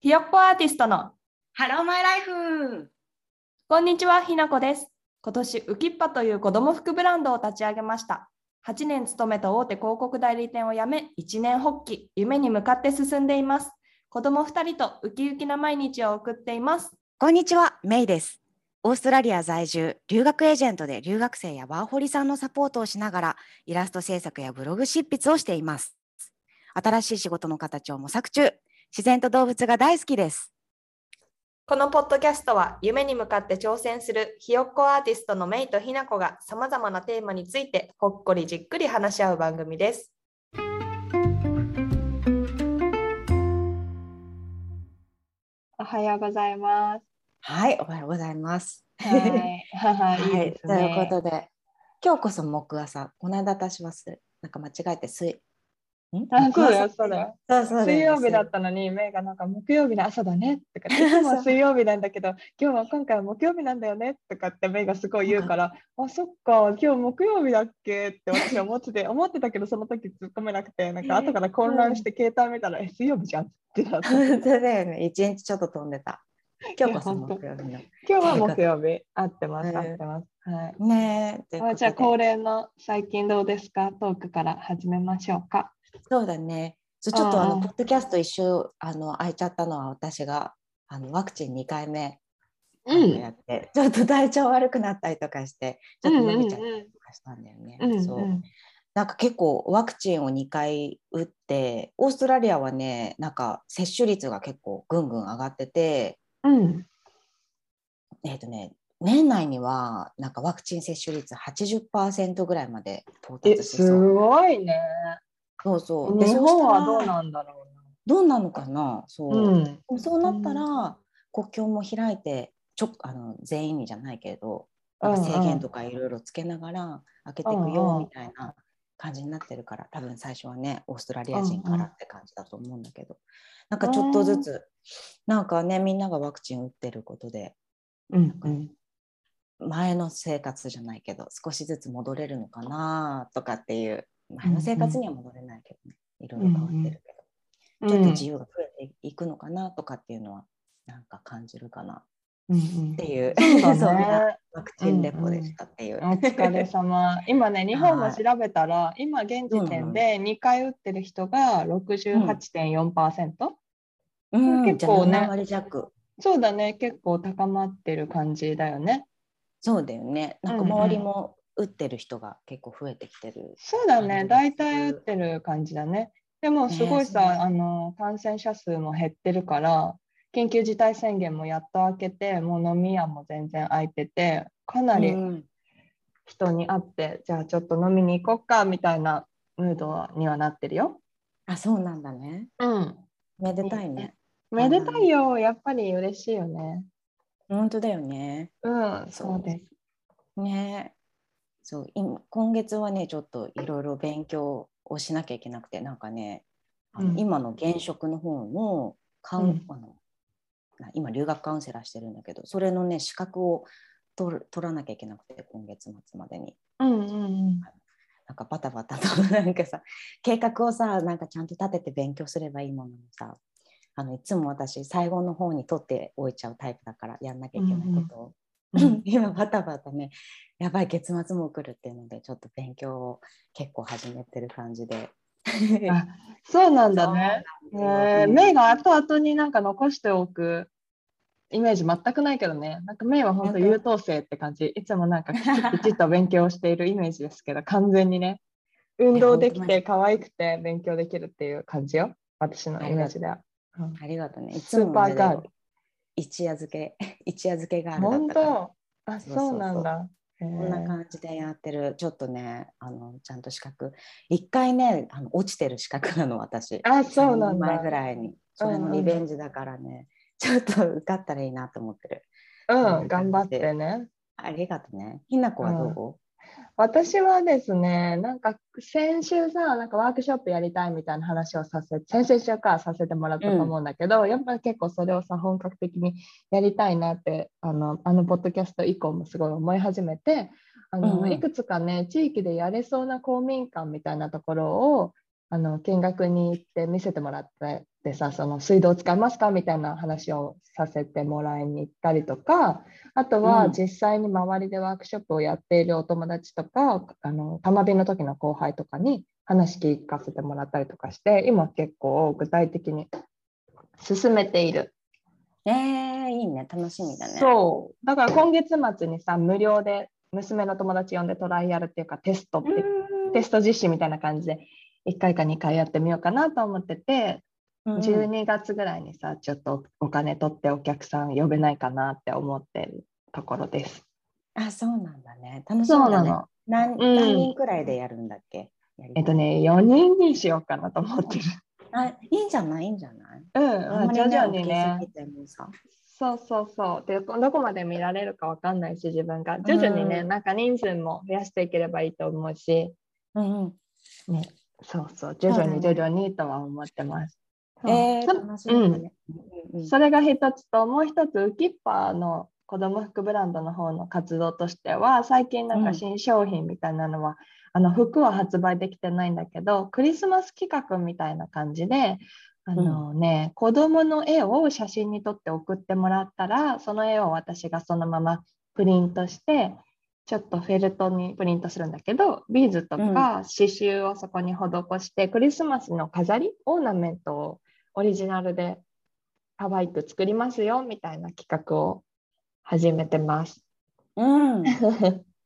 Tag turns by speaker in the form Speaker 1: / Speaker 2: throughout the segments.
Speaker 1: ひよっこアーティストの
Speaker 2: ハローマイライフ
Speaker 1: こんにちはひなこです今年ウキッパという子供服ブランドを立ち上げました8年勤めた大手広告代理店を辞め1年発起夢に向かって進んでいます子供2人とウキウキな毎日を送っています
Speaker 3: こんにちは、メイです。オーストラリア在住、留学エージェントで留学生やワーホリさんのサポートをしながら、イラスト制作やブログ執筆をしています。新しい仕事の形を模索中、自然と動物が大好きです。
Speaker 1: このポッドキャストは夢に向かって挑戦するひよっこアーティストのメイとひなこがさまざまなテーマについてほっこりじっくり話し合う番組です。
Speaker 2: おはようございます。
Speaker 3: はい、おはようございます。
Speaker 2: はい。
Speaker 3: は
Speaker 2: はい
Speaker 3: い
Speaker 2: いいです
Speaker 3: という
Speaker 2: ね。
Speaker 3: ことで、今日こそ木朝、この間私はす、なんか間違えて水、ん
Speaker 2: あそうだよ、そうだよ。
Speaker 3: そうそうだ
Speaker 2: 水
Speaker 3: よ
Speaker 2: 曜日だったのに、メイがなんか木曜日の朝だねとかって、い つもは水曜日なんだけど、今日は今回は木曜日なんだよねとかってメイがすごい言うから、あ、そっか、今日木曜日だっけって私は思ってて、思ってたけど、その時突っ込めなくて、なんか後から混乱して携帯見たら、え、水曜日じゃんってなった。
Speaker 3: 本当だよね、一日ちょっと飛んでた。今日こそ
Speaker 2: いや本当
Speaker 3: 木曜日の。
Speaker 2: 今日は木曜日、合ってま
Speaker 3: う
Speaker 2: す、
Speaker 3: ん
Speaker 2: 合ってます。はい。
Speaker 3: ねえ、ということ
Speaker 2: あ
Speaker 3: で
Speaker 2: じゃあ恒例の最近どうですかトークから始めましょうか。
Speaker 3: そうだね。そうちょっとあ
Speaker 2: うんう
Speaker 3: の
Speaker 2: ん
Speaker 3: ポッドキャスト一周あの空いちゃったのは私があのワクチン2回目あのやって、ちょっと体調悪くなったりとかしてちょっと伸びちゃったりとかしたんだよね。
Speaker 2: うんうん
Speaker 3: そうなんか結構ワクチンを2回打ってオーストラリアはねなんか接種率が結構ぐんぐん上がってて
Speaker 2: うん
Speaker 3: えっ、とね年内にはなんかワクチン接種率80%ぐらいまで到
Speaker 2: え
Speaker 3: 達し
Speaker 2: す
Speaker 3: そう。
Speaker 2: ごいね。
Speaker 3: そうそう。で
Speaker 2: 日
Speaker 3: そうし
Speaker 2: 本
Speaker 3: たら
Speaker 2: はどうなんだろ
Speaker 3: どうなのかなそうう。
Speaker 2: な。うん
Speaker 3: でもそうなったら、国境も開いてちょあの全員にじゃないけれど、なんか制限と
Speaker 2: か。
Speaker 3: かいろいろつけながら開けていく
Speaker 2: うんう
Speaker 3: よ
Speaker 2: ん
Speaker 3: みたいな感じになってるから多分最初はねオーストラリア人からって感じだと思うんだけど、なんかちょっとずつ、なんかねみんながワクチン打ってることで
Speaker 2: うんうん
Speaker 3: 前の生活じゃないけど少しずつ戻れるのかなとかっていう前の生活には戻れないけどねいろいろ変わってるけど。
Speaker 2: う
Speaker 3: ちょっと
Speaker 2: ん
Speaker 3: 自由が増えていくのかなとかっていうのはなんか感じるかな
Speaker 2: うん
Speaker 3: っていう、
Speaker 2: そう
Speaker 3: んな
Speaker 2: だね。
Speaker 3: ワクチンレポでしたっていう。
Speaker 2: お疲れ様。今ね、日本も調べたら、今現時点で2回打ってる人が68.4%。
Speaker 3: うん
Speaker 2: 結構ね
Speaker 3: じゃあ7割弱。
Speaker 2: そうだね、結構高まってる感じだよね。
Speaker 3: そうだよね。なんか周りも打ってる人が結構増えてきてる。
Speaker 2: そうだね、
Speaker 3: うん
Speaker 2: 大体打ってる感じだね。でもすごいさ、
Speaker 3: ね
Speaker 2: あの感染者数も減ってるから、緊急事態宣言もやっと明けて、もう飲み屋も全然空いてて、かな
Speaker 3: う
Speaker 2: り
Speaker 3: ん
Speaker 2: 人に会って、じゃあちょっと飲みに行こっかみたいなムードにはなってるよ。
Speaker 3: あ、そうなんだね。
Speaker 2: うん。
Speaker 3: めでたいね。
Speaker 2: めでたいよ、やっぱり嬉しいよね。
Speaker 3: 本当だよね。
Speaker 2: うん、
Speaker 3: そ
Speaker 2: そううです。
Speaker 3: ね。そう、今今月はね、ちょっといろいろ勉強をしなきゃいけなくて、なんかね、あの
Speaker 2: うん
Speaker 3: 今の現職の方のカウン、
Speaker 2: うん
Speaker 3: あのな今留学カウンセラーしてるんだけど、それのね、資格を取る取らなきゃいけなくて、今月末までに。
Speaker 2: うんうん
Speaker 3: なんかバタバタと なんかさ計画をさなんかちゃんと立てて勉強すればいいものもさあのいつも私最後の方に取っておいちゃうタイプだからやんなきゃいけないことを、
Speaker 2: うんうん
Speaker 3: 今バタバタねやばい月末も来るっていうのでちょっと勉強を結構始めてる感じで。
Speaker 2: うん。あ、そうなんだね。ね
Speaker 3: 目
Speaker 2: え、メイが後々になんか残しておくイメージ全くないけどね。なんかメイは本当優等生って感じ。いつもなんかきちっきちっと勉強しているイメージですけど、完全にね。運動でき
Speaker 3: いや
Speaker 2: て可愛くて勉強できるっていう感じよ。私のイメージでは。
Speaker 3: ありがとうね。いつ
Speaker 2: スー
Speaker 3: も
Speaker 2: パ
Speaker 3: あ
Speaker 2: ー
Speaker 3: れだ
Speaker 2: ガ
Speaker 3: よ
Speaker 2: ール。
Speaker 3: 一夜漬け一夜漬けがあるだっ
Speaker 2: 本
Speaker 3: たから。
Speaker 2: 当あ、
Speaker 3: そうそうそう
Speaker 2: そうなんだ。へ
Speaker 3: こ
Speaker 2: え
Speaker 3: んな感じでやってる、ちょっとね、あのちゃんと資格、一回ね、あの落ちてる資格なの、私。
Speaker 2: あ、そうなん
Speaker 3: 3年前
Speaker 2: だ
Speaker 3: ぐ。らいに。それのリベンジだからね、ちょっと受かったらいいなと思ってる。
Speaker 2: うん、頑張ってね。
Speaker 3: ありがとうね。ひなこはど
Speaker 2: 私はですね、なんか先週さ、なんかワークショップやりたいみたいな話をさせて、先々週からさせてもらったと思うんだけど、やっぱり結構それをさ、本格的にやりたいなって、あの、あのポッドキャスト以降もすごい思い始めて、あの、
Speaker 3: うんうん
Speaker 2: いくつかね、地域でやれそうな公民館みたいなところを、あの見学に行って見せてもらってでさその水道使いますかみたいな話をさせてもらいに行ったりとかあと
Speaker 3: う
Speaker 2: は
Speaker 3: ん
Speaker 2: 実際に周りでワークショップをやっているお友達とかあの玉火の時の後輩とかに話聞かせてもらったりとかして今結構具体的に進めている
Speaker 3: えー、いいね楽しみだね。
Speaker 2: そう。だから今月末にさ、無料で娘の友達呼んでトライアルっていうかテストって、テスト実施みたいな感じで、1回か2回やってみようかなと思ってて、
Speaker 3: うん
Speaker 2: 12月ぐらいにさ、ちょっとお金取ってお客さん呼べないかなって思ってるところです。
Speaker 3: あそうなんだね楽しみだね。何
Speaker 2: うん
Speaker 3: 何人くらいでやるんだっけやり
Speaker 2: えっとね、4人にしようかなと思ってる。
Speaker 3: あいいんじゃないいいんじゃない
Speaker 2: うん、
Speaker 3: あんまり
Speaker 2: 徐
Speaker 3: ね
Speaker 2: 々に
Speaker 3: 大
Speaker 2: ね
Speaker 3: き。すぎてもさ
Speaker 2: そうそうそう。で、どこまで見られるかわかんないし、自分が。徐々にね、
Speaker 3: うん
Speaker 2: なんか人数も増やしていければいいと思うし。
Speaker 3: うんうん
Speaker 2: ね、そうそう、徐々に
Speaker 3: そう
Speaker 2: 徐々にとは思ってます。
Speaker 3: え
Speaker 2: そ
Speaker 3: ー、楽しみだね。うんうん
Speaker 2: それが一つと、もう一つ、ウキッパーの子供服ブランドの方の活動としては、最近なん
Speaker 3: う
Speaker 2: か
Speaker 3: ん
Speaker 2: 新商品みたいなのは、あの服は発売できてないんだけど、クリスマス企画みたいな感じで、あのね、子供の絵を写真に撮って送ってもらったら、その絵を私がそのままプリントして、ちょっとフェルトにプリントするんだけど、ビーズとか
Speaker 3: うん
Speaker 2: 刺繍をそこに施して、クリスマスの飾り、オーナメントをオリジナルで可愛く作りますよみたいな企画を始めてます。
Speaker 3: うん、ね、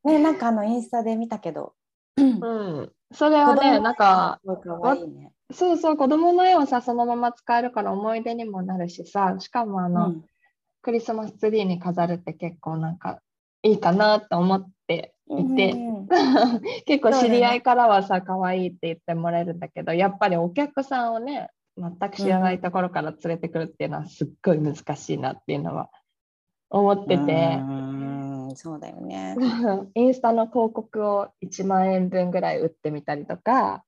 Speaker 3: なんかあのインスタで見たけど。
Speaker 2: うん、それをね、なんか、
Speaker 3: すごい可愛いね。
Speaker 2: そうそう、子供の絵をさ、そのまま使えるから思い出にもなるしさ、しかもあの、クリスマスツリーに飾るって結構なんかいいかなと思っていて、
Speaker 3: うん、
Speaker 2: 結構知り合いからはさ、可愛いって言ってもらえるんだけど、やっぱりお客さんをね、全く知らないところから連れてくるっていうのはすっごい難しいなっていうのは思ってて。
Speaker 3: うんそうだよね。
Speaker 2: インスタの広告を1万円分ぐらい売ってみたりとか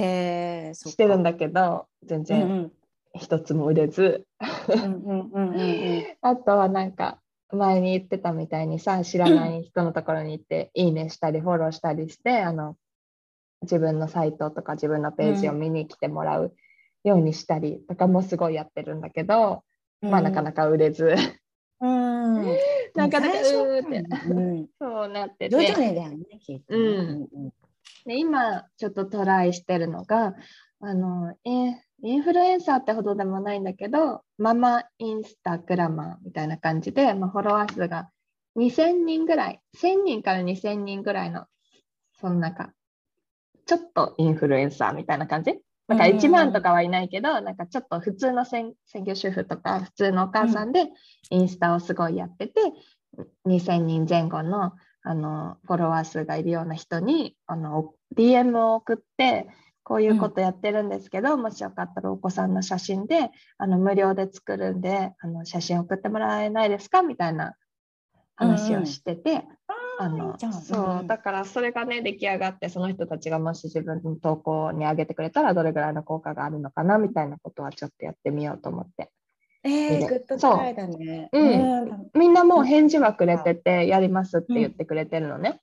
Speaker 3: えー、そっ
Speaker 2: してるん
Speaker 3: だ
Speaker 2: だけど全
Speaker 3: うん
Speaker 2: 然一つも売れず、
Speaker 3: うんうんうんうんうん
Speaker 2: あとはなんか前に言ってたみたいにさ知らない人のところに行って「いいね」したりフォローしたりしてあの自分のサイトとか自分のページを見に来てもらうようにしたりとかもすごいやってるんだけど、
Speaker 3: うん。
Speaker 2: まあなかなか売れず
Speaker 3: うん。
Speaker 2: なかなか
Speaker 3: 最初
Speaker 2: うーって
Speaker 3: うん
Speaker 2: そうなってて
Speaker 3: 徐々にだよね、きっとね。
Speaker 2: うん
Speaker 3: うん
Speaker 2: で今ちょっとトライしてるのがあのインインフルエンサーってほどでもないんだけどママインスタグラマーみたいな感じで、まあ、フォロワー数が2000人ぐらい1000人から2000人ぐらいのそのなんかちょっとインフルエンサーみたいな感じなんか
Speaker 3: うんうんうん
Speaker 2: 1万とかはいないけど、なんかちょっと普通の専専業主婦とか普通のお母さんでインスタをすごいやってて、2000人前後のあのフォロワー数がいるような人にあの DM を送ってこういうことやってるんですけど、もしよかったらお子さんの写真であの無料で作るんであの写真送ってもらえないですかみたいな話をしてて、あ
Speaker 3: いい
Speaker 2: の
Speaker 3: じゃんうん
Speaker 2: そううんだからそれがね出来上がってその人たちがもし自分の投稿に上げてくれたらどれぐらいの効果があるのかなみたいなことはちょっとやってみようと思って
Speaker 3: えー、グッドトライだね。
Speaker 2: そううんみんなもう返事はくれててやりますって
Speaker 3: うん
Speaker 2: 言ってくれてるのね、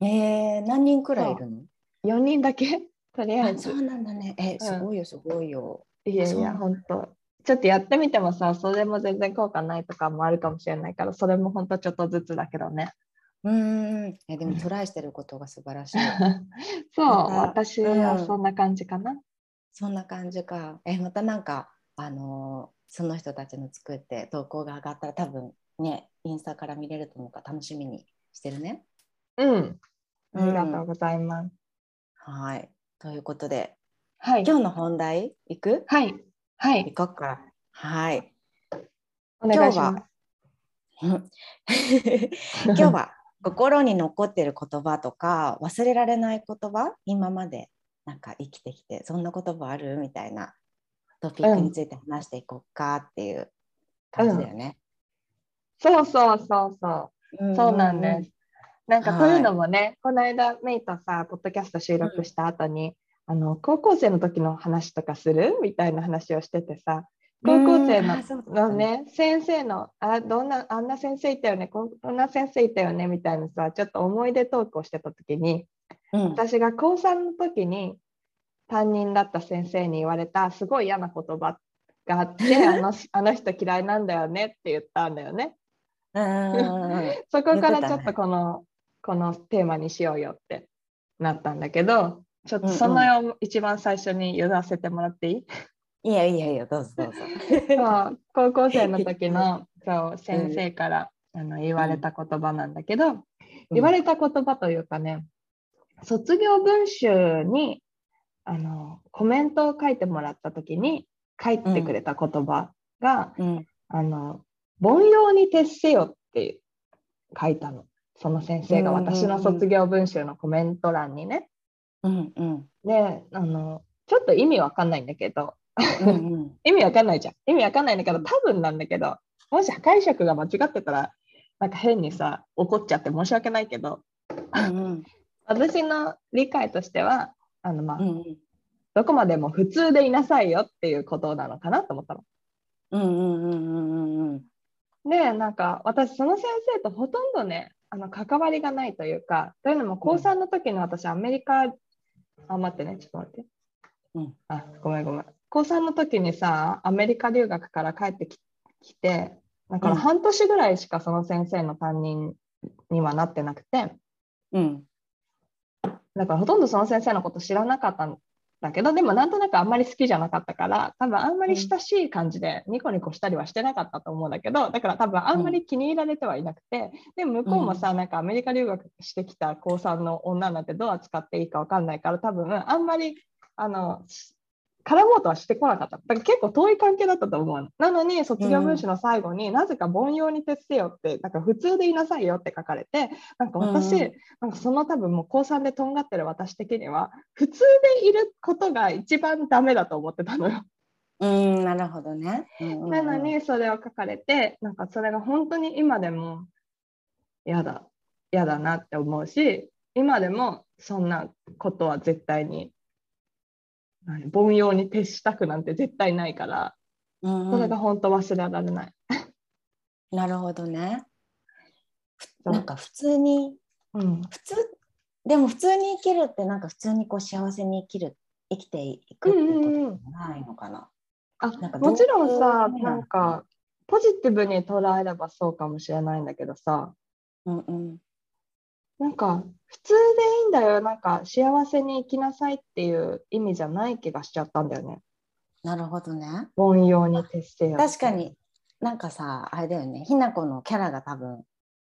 Speaker 3: うんえー、何人くらいいるの
Speaker 2: 4人だけ とりあえ
Speaker 3: あ
Speaker 2: ず
Speaker 3: そうなんだね。え、すごいよ、すごいよ。
Speaker 2: いやいや、
Speaker 3: そう
Speaker 2: 本当。ちょっとやってみてもさ、それも全然効果ないとかもあるかもしれないから、それも本当ちょっとずつだけど ね。
Speaker 3: うーん。え、でもトライしてることが素晴らしい。
Speaker 2: そう、
Speaker 3: また
Speaker 2: 私はそんな感じかな。
Speaker 3: そんな感じか。え、またなんか、あのーその人たちの作って投稿が上がったら多分ね、インスタから見れると思うから楽しみにしてるね。
Speaker 2: うん。
Speaker 3: うん
Speaker 2: ありがとうございます。
Speaker 3: はい。ということで、
Speaker 2: はい。
Speaker 3: 今日の本題いく
Speaker 2: はい。は
Speaker 3: 行
Speaker 2: い。
Speaker 3: こっか。はい。
Speaker 2: お願いします。
Speaker 3: うん今日 は心に残ってる言葉とか忘れられない言葉今までなんか生きてきてそんな言葉あるみたいなトピックについて話していこうかっていう感じだよね。
Speaker 2: そうそうそうそう。そうなんです。なんかこういうのもね、この間メイとさ、ポッドキャスト収録した後に、あの高校生の時の話とかするみたいな話をしててさ、
Speaker 3: う
Speaker 2: 高
Speaker 3: ん。
Speaker 2: 校生の
Speaker 3: あそうだった
Speaker 2: の。ね、先生のあどんなあんな先生いたよねこんな先生いたよねみたいなさちょっと思い出トークをしてた時に
Speaker 3: うん
Speaker 2: 私が高3の時に担任だった先生に言われたすごい嫌な言葉があ ってあのあの人嫌いなんだよねって言ったんだよね。
Speaker 3: うん。
Speaker 2: そこ
Speaker 3: 言
Speaker 2: か
Speaker 3: ってたね
Speaker 2: らちょっとこの,、このテーマにしようよってなったんだけどちょっとそのを一番最初に言わせてもらっていい、
Speaker 3: いいよいいよいいよどうぞどうぞ。
Speaker 2: そう高校生の時のそう先生から、あの言われた言葉なんだけど、言われた言葉というかね卒業文集にあのコメントを書いてもらった時に書いてくれた言葉が「
Speaker 3: うん。
Speaker 2: あの凡庸に徹せよ」って書いたのその先生が
Speaker 3: うんうんうん
Speaker 2: 私の卒業文集のコメント欄にね。
Speaker 3: うんうん
Speaker 2: であのちょっと意味わかんないんだけど
Speaker 3: うんうん。
Speaker 2: 意味わかんないじゃん意味わかんないんだけど多分なんだけどもし解釈が間違ってたらなんか変にさ怒っちゃって申し訳ないけど
Speaker 3: うんうん
Speaker 2: 私の理解としてはあの、まあ
Speaker 3: うんうん
Speaker 2: どこまでも普通でいなさいよっていうことなのかなと思ったの。
Speaker 3: うんうんうんうんうん
Speaker 2: でなんか私その先生とほとんどねあの関わりがないというかというのも高3の時の私アメリカあ待ってねちょっと待って、
Speaker 3: うん
Speaker 2: あごめんごめん高3の時にさアメリカ留学から帰ってききてだから
Speaker 3: うん
Speaker 2: 半年ぐらいしかその先生の担任にはなってなくて
Speaker 3: うん
Speaker 2: だからほとんどその先生のこと知らなかったんだけどでもなんとなくあんまり好きじゃなかったから多分あんまり親しい感じでニコニコしたりはしてなかったと思うんだけどだから多分あんまり気に入られてはいなくてでも向こうもさなんかアメリカ留学してきた高3の女なんてどう扱っていいか分かんないから多分あんまりあのし絡もうとはしてこなかっただから結構遠い関係だったと思うのなのに卒業文集の最後に、なぜか「凡庸に徹せよ」ってなんか普通でいなさいよって書かれてなんか私、
Speaker 3: うん
Speaker 2: なんかその多分もう高3でとんがってる私的には普通でいることが一番ダメだと思ってたのよ。
Speaker 3: うんなるほどね。
Speaker 2: な
Speaker 3: な
Speaker 2: のにそれを書かれてなんかそれが本当に今でも嫌だ嫌だなって思うし今でもそんなことは絶対に何凡庸に徹したくなんて絶対ないからそ
Speaker 3: そ
Speaker 2: れが本当忘れられない。
Speaker 3: なるほどね。
Speaker 2: そう
Speaker 3: なんか普通に
Speaker 2: うん
Speaker 3: 普通でも普通に生きるってなんか普通にこう幸せに生きる生きていくってことじゃないのかな。
Speaker 2: あ
Speaker 3: なんかどう
Speaker 2: もちろんさ
Speaker 3: うん
Speaker 2: なんかポジティブに捉えればそうかもしれないんだけどさ
Speaker 3: うんうん
Speaker 2: なんか普通でいいんだよなんか幸せに生きなさいっていう意味じゃない気がしちゃったんだよね
Speaker 3: なるほどね。
Speaker 2: 凡庸に徹せよ
Speaker 3: 確かになんかさあれだよねひなこのキャラが多分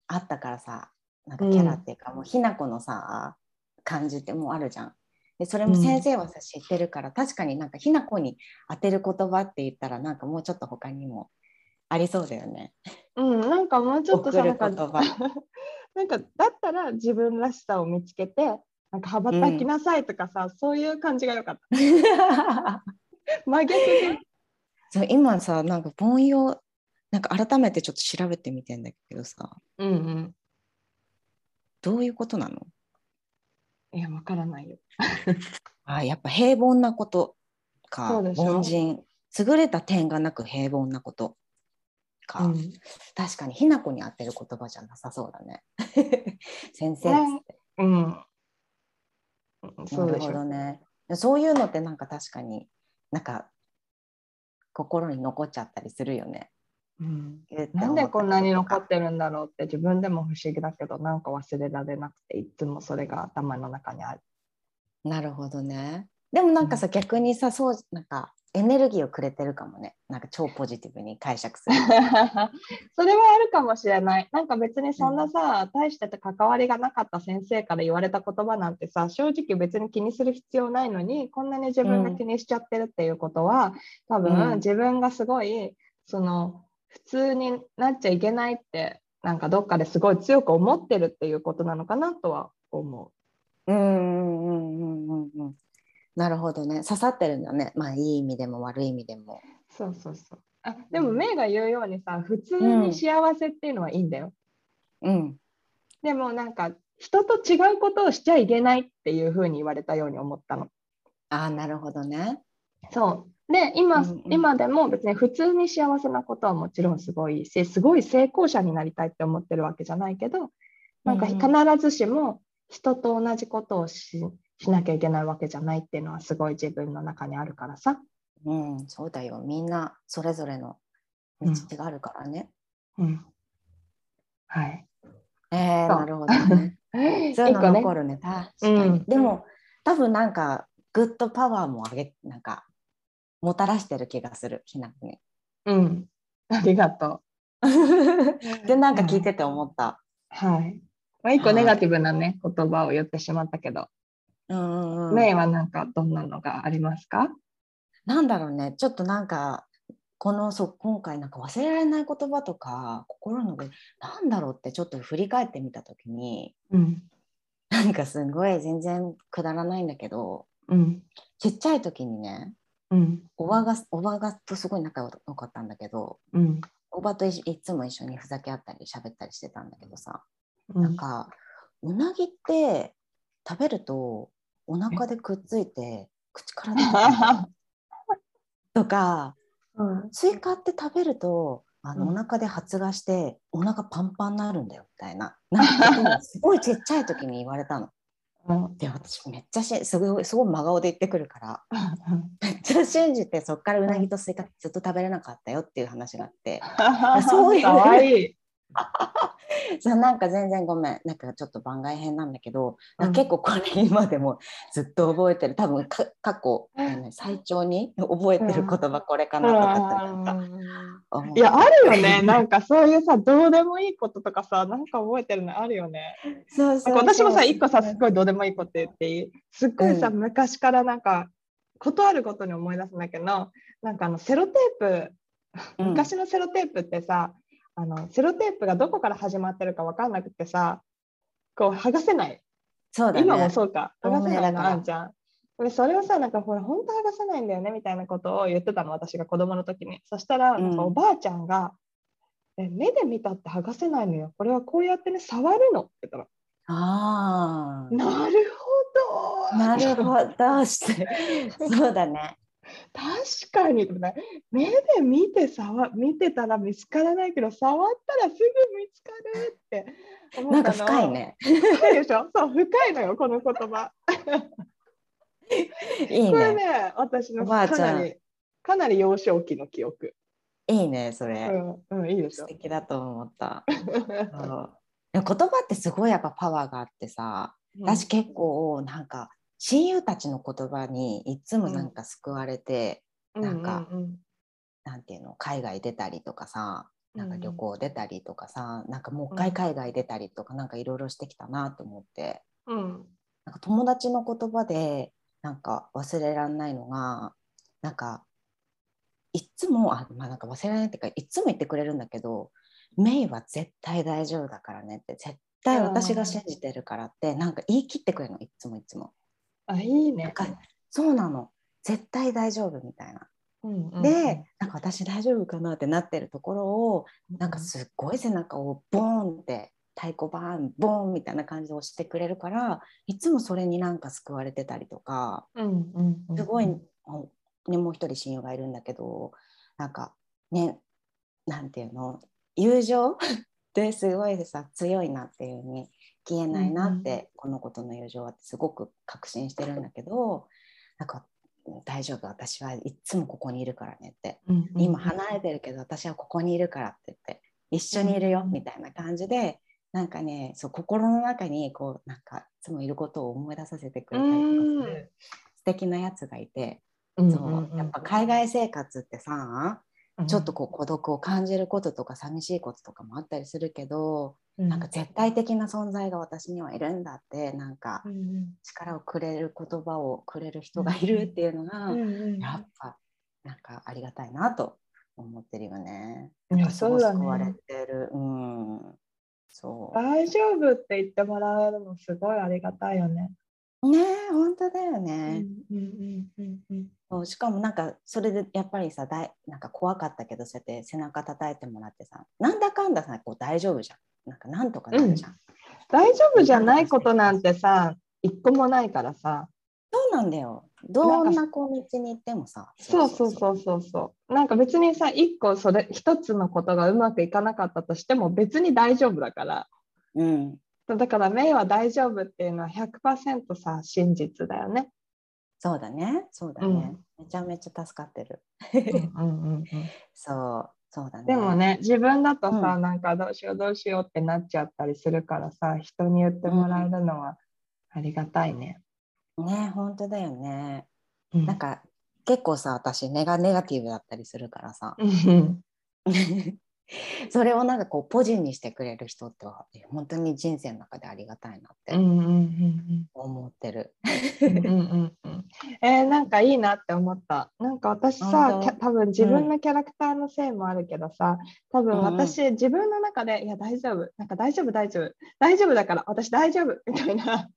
Speaker 3: あったからさなんかキャラっていうか、もうひなこのさ感じってもうあるじゃん。でそれも先生はさ知ってるから、確かになんかひなこに当てる言葉って言ったらなんかもうちょっと他にもありそうだよね。
Speaker 2: うんなんかもうちょっとさ
Speaker 3: 送
Speaker 2: な
Speaker 3: る
Speaker 2: んか
Speaker 3: 言葉
Speaker 2: なんかだったら自分らしさを見つけてなんか羽ばたきなさいとかさ、そういう感じが良かった真逆で
Speaker 3: そう今さなんか凡庸なんか改めてちょっと調べてみてんだけどさ
Speaker 2: うんうん
Speaker 3: どういうことなの
Speaker 2: いやわからないよ
Speaker 3: あやっぱ平凡なこと
Speaker 2: そ
Speaker 3: か
Speaker 2: うでしょ
Speaker 3: 凡人優れた点がなく平凡なことか、
Speaker 2: うん
Speaker 3: 確かにひなこに合ってる言葉じゃなさそうだね 先生
Speaker 2: ねうんそ
Speaker 3: な
Speaker 2: うで
Speaker 3: る
Speaker 2: し
Speaker 3: ほど
Speaker 2: ょ
Speaker 3: ねそういうのってなんか確かになんか心に残っちゃったりするよね
Speaker 2: うん
Speaker 3: 言って
Speaker 2: なんでこんなに
Speaker 3: 思たりと
Speaker 2: 残
Speaker 3: か
Speaker 2: ってるんだろうって自分でも不思議だけどなんか忘れられなくていつもそれが頭の中 にある。
Speaker 3: なるほどね。でもなんかさ、逆にさそうなんかエネルギーをくれてるかもねなんか超ポジティブに解釈する
Speaker 2: それはあるかもしれない。なんか別にそんなさ、大して関わりがなかった先生から言われた言葉なんてさ正直別に気にする必要ないのにこんなに自分が気にしちゃってるっていうことは、多
Speaker 3: うん
Speaker 2: 分自分がすごいその普通になっちゃいけないってなんかどっかですごい強く思ってるっていうことなのかなとは思
Speaker 3: うんうんうんうんうんうんなるほどね刺さってるんだねまあいい意味でも悪い意味でも
Speaker 2: う。そうそうそうあでもメイが言うようにさ普通に幸せっていうのはいいんだよ。
Speaker 3: うん
Speaker 2: でもなんか人と違うことをしちゃいけないっていうふうに言われたように思ったの。
Speaker 3: ああなるほどね
Speaker 2: そうで今,、
Speaker 3: うんうん
Speaker 2: 今でも別に普通に幸せなことはもちろんすごいしすごい成功者になりたいって思ってるわけじゃないけどなんか
Speaker 3: うん
Speaker 2: 必ずしも人と同じことをししなきゃいけないわけじゃないっていうのはすごい自分の中にあるからさ。
Speaker 3: うん、そうだよ。みんなそれぞれの道があるからね。
Speaker 2: うん。はい。
Speaker 3: えー、
Speaker 2: そう
Speaker 3: なるほどね。そういうの
Speaker 2: 一
Speaker 3: 残るね。確かに。
Speaker 2: うん
Speaker 3: でも、多分なんか、グッドパワーもあげ、なんか、もたらしてる気がする、ひなこ に。
Speaker 2: うん。ありがとう。
Speaker 3: で、なんか聞いてて思った。
Speaker 2: はい。まあ、一個ネガティブなね、言葉を言ってしまったけど、
Speaker 3: うんうんうん
Speaker 2: メイはなんかどんなのがありますか
Speaker 3: なんだろうね、ちょっとなんか、このそう今回なんか忘れられない言葉とか心のでなんだろうってちょっと振り返ってみた時に
Speaker 2: うん。
Speaker 3: なんかすごい全然くだらないんだけど
Speaker 2: うん。
Speaker 3: ちっちゃい時にね
Speaker 2: うん。
Speaker 3: おばがおばがとすごい仲良かったんだけど
Speaker 2: うん。
Speaker 3: おばといいつも一緒にふざけ合ったり喋ったりしてたんだけどさ
Speaker 2: う
Speaker 3: なん
Speaker 2: ん。
Speaker 3: かうなぎって食べるとお腹でくっついて口から出てくるんだよ とか
Speaker 2: うん
Speaker 3: スイカって食べるとあの
Speaker 2: う
Speaker 3: お
Speaker 2: ん
Speaker 3: 腹で発芽してお腹パンパンになるんだよみたい ななんかことをすごいちっちゃい時に言われたの。で私めっちゃしすごいすごい真顔で言ってくるからめっちゃ信じてそっからうなぎとスイカずっと食べれなかったよっていう話があって そういう
Speaker 2: かわいい。
Speaker 3: じゃあなんか全然ごめんなんかちょっと番外編なんだけど、
Speaker 2: うん
Speaker 3: 結構これ今でもずっと覚えてる多分か過去あの最長に覚えてる言葉これかなとかってなんか思う
Speaker 2: いや、あるよね。なんかそういうさ、どうでもいいこととかさ、なんか覚えてるのあるよね。
Speaker 3: そう
Speaker 2: な
Speaker 3: そ
Speaker 2: ん
Speaker 3: う
Speaker 2: か私もさ、
Speaker 3: そう
Speaker 2: 一個さ、すごいどうでもいいこと言っていいすっごいさ、
Speaker 3: う
Speaker 2: 昔からなんか、ことあることに思い出すんだけど、なんかあの、セロテープ、
Speaker 3: うん
Speaker 2: 昔のセロテープってさ、あの、セロテープがどこから始まってるかわかんなくてさ、こう、剥がせない。
Speaker 3: そうだね
Speaker 2: 今もそうか。剥がせ
Speaker 3: 透
Speaker 2: ない
Speaker 3: 明だ
Speaker 2: の
Speaker 3: から
Speaker 2: あんちゃん。でそれをさ、なんかほら、本当剥がせないんだよねみたいなことを言ってたの、私が子供の時に。そしたら、
Speaker 3: うん
Speaker 2: なんかおばあちゃんが、え目で見たって剥がせないのよ。これはこうやってね、触るのって言ったの。
Speaker 3: ああ
Speaker 2: なるほど。
Speaker 3: なるほどしてそうだね
Speaker 2: 確かに。目で見て触見てたら見つからないけど、触ったらすぐ見つかるって思
Speaker 3: な
Speaker 2: っ
Speaker 3: んか
Speaker 2: たの。
Speaker 3: 深い。ね
Speaker 2: 深いでしょそう、深いのよ、この言葉。
Speaker 3: いい
Speaker 2: こ
Speaker 3: ね
Speaker 2: れね、私の
Speaker 3: おばあ
Speaker 2: か
Speaker 3: ちゃん
Speaker 2: なり、かなり幼少期の記憶。
Speaker 3: いいねそれ、
Speaker 2: うん、うん、いいです
Speaker 3: 素
Speaker 2: よ。
Speaker 3: 敵だと思ったそうでも言葉ってすごいやっぱパワーがあってさ私結構なんか親友たちの言葉にいつもなんか救われて、なんか
Speaker 2: うんうん
Speaker 3: なんていうの海外出たりとかさ
Speaker 2: うん
Speaker 3: なんか旅行出たりとかさ、なんかもう一回海外出たりとかなんかいろいろしてきたなと思って
Speaker 2: うん、
Speaker 3: なんか友達の言葉でなんか忘れられないのがなんかいっつもあ、まあ、なんか忘れられないっていうかいっつも言ってくれるんだけど「メイは絶対大丈夫だからね」って絶対私が信じてるからってなんか言い切ってくれるのいっつもいっつも。
Speaker 2: あ、いい
Speaker 3: なん
Speaker 2: ね。
Speaker 3: かそうなの絶対大丈夫みたいな。
Speaker 2: うんうん
Speaker 3: で、なんか私大丈夫かなってなってるところをなんかすっごい背中をボーンって太鼓バーンボーンみたいな感じで押してくれるからいつもそれになんか救われてたりとか
Speaker 2: うんうんうん
Speaker 3: すごい、ほんね、もう一人親友がいるんだけどなんかねなんていうの友情 ってすごいさ強いなっていう風に消えないなって、
Speaker 2: うん
Speaker 3: この子との友情はすごく確信してるんだけどなんか大丈夫私はいっつもここにいるからねって
Speaker 2: うんうん
Speaker 3: 今離れてるけど私はここにいるからって言って一緒にいるよみたいな感じでなんかねそう心の中にこうなんかいつもいることを思い出させてくれたりとかする素敵なやつがいて
Speaker 2: うん
Speaker 3: そううん
Speaker 2: うん
Speaker 3: やっぱ海外生活ってさ
Speaker 2: うん
Speaker 3: ちょっとこう孤独を感じることとか寂しいこととかもあったりするけど
Speaker 2: うん
Speaker 3: なんか絶対的な存在が私にはいるんだってなんか
Speaker 2: うん
Speaker 3: 力をくれる言葉をくれる人がいるっていうのが
Speaker 2: うんうん
Speaker 3: やっぱなんかありがたいなと思ってるよね。
Speaker 2: いや
Speaker 3: すごい
Speaker 2: そうだね
Speaker 3: 救われてる。うん。そう。
Speaker 2: 大丈夫って言ってもらえるのすごいありがたいよね。
Speaker 3: ねえ本当だよ
Speaker 2: う
Speaker 3: ね、
Speaker 2: うんうんうん
Speaker 3: そうしかもなんかそれでやっぱりさだいなんか怖かったけどそうやって背中叩いてもらってさなんだかんださこう大丈夫じゃんなんかなんとかなるじゃん、
Speaker 2: 大丈夫じゃないことなんてさ一個もないからさ
Speaker 3: そうなんだよどんなこう道に行ってもさ
Speaker 2: そうそうそうそうそうなんか別にさ一個それ一つのことがうまくいかなかったとしても別に大丈夫だから
Speaker 3: ううん
Speaker 2: だからメイは大丈夫っていうのは100%さ真実だよ ね。
Speaker 3: そうだね。そうだね。めちゃめちゃ助かってる。そう。そうだね。
Speaker 2: でも。ね自分だとさ、なんかどうしようどうしようってなっちゃったりするからさ人に言ってもらえるのはありがたいね。
Speaker 3: ね、本当だよね。
Speaker 2: な
Speaker 3: なん、か、結構さ、私、根がネガティブだったりするから さ。
Speaker 2: うん、
Speaker 3: それをなんかこう、ポジにしてくれる人っては、本当に人生の中でありがたいなっ
Speaker 2: うんう
Speaker 3: て
Speaker 2: んうん
Speaker 3: 思ってる。
Speaker 2: うんうんうんうんえーなんかいいなって思ったなんか私さ
Speaker 3: 本
Speaker 2: き
Speaker 3: 当
Speaker 2: ゃ多分自分のキャラクターのせいもあるけどさ多分私、自分の中でいや大丈夫なんか大丈夫大丈夫大丈夫だから私大丈夫みたいな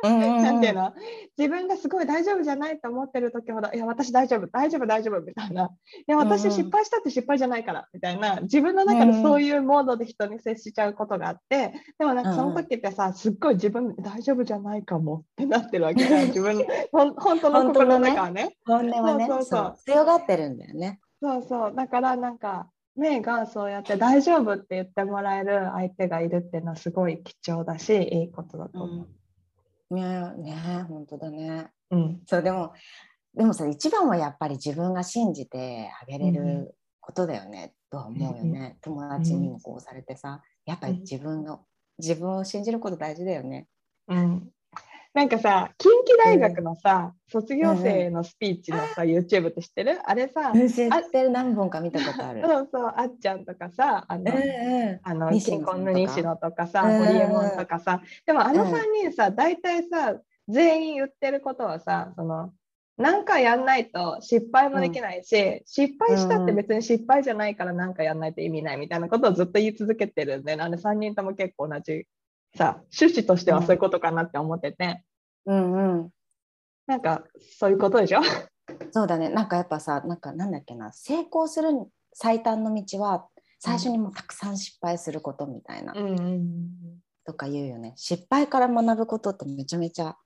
Speaker 2: なんていうの自分がすごい大丈夫じゃないと思ってる時ほど「いや私大丈夫大丈夫大丈夫」みたいな「いや私
Speaker 3: うんうん
Speaker 2: 失敗したって失敗じゃないから」みたいな自分の中でそういうモードで人に接しちゃうことがあってでもなんかその時ってさすっごい自分大丈夫じゃないかもってなってるわけじゃん自分のほん本当の心の中はね。
Speaker 3: 本音はね、
Speaker 2: そうそうそう
Speaker 3: そう強がってるんだよね。
Speaker 2: そうそうだからなんかメイがそうやって大丈夫って言ってもらえる相手がいるっていうのはすごい貴重だしいいことだと思う。
Speaker 3: ねね本当だね。
Speaker 2: うん
Speaker 3: そう、でも、でもさ、一番はやっぱり自分が信じてあげれることだよね、とは思うよね。友達にもこうされてさ、やっぱり自分の、自分を信じること大事だよね。
Speaker 2: うんなんかさ近畿大学のさ、卒業生のスピーチのさ、YouTube って知ってるあれさ、
Speaker 3: うん知ってる何本か見たことある。
Speaker 2: そうそうあっちゃんとかさあの、
Speaker 3: う
Speaker 2: あの
Speaker 3: 西野さ
Speaker 2: 新
Speaker 3: んとか
Speaker 2: 婚の西野とかさ
Speaker 3: うん
Speaker 2: ホリエモンとかさでもあの
Speaker 3: うん
Speaker 2: 3人さ大体さ全員言ってることはさその何回やんないと失敗もできないし、失敗したって別に失敗じゃないから何かやんないと意味ないみたいなことをずっと言い続けてるんで、ね、あの3人とも結構同じさ趣旨としてはそういうことかなって思ってて。
Speaker 3: んうんうん
Speaker 2: なんかそういうことでしょ。
Speaker 3: そうだねなんかやっぱさなんかなんだっけな成功する最短の道は最初にもうたくさん失敗することみたいな、
Speaker 2: ん
Speaker 3: とか言うよね失敗から学ぶことってめちゃめちゃ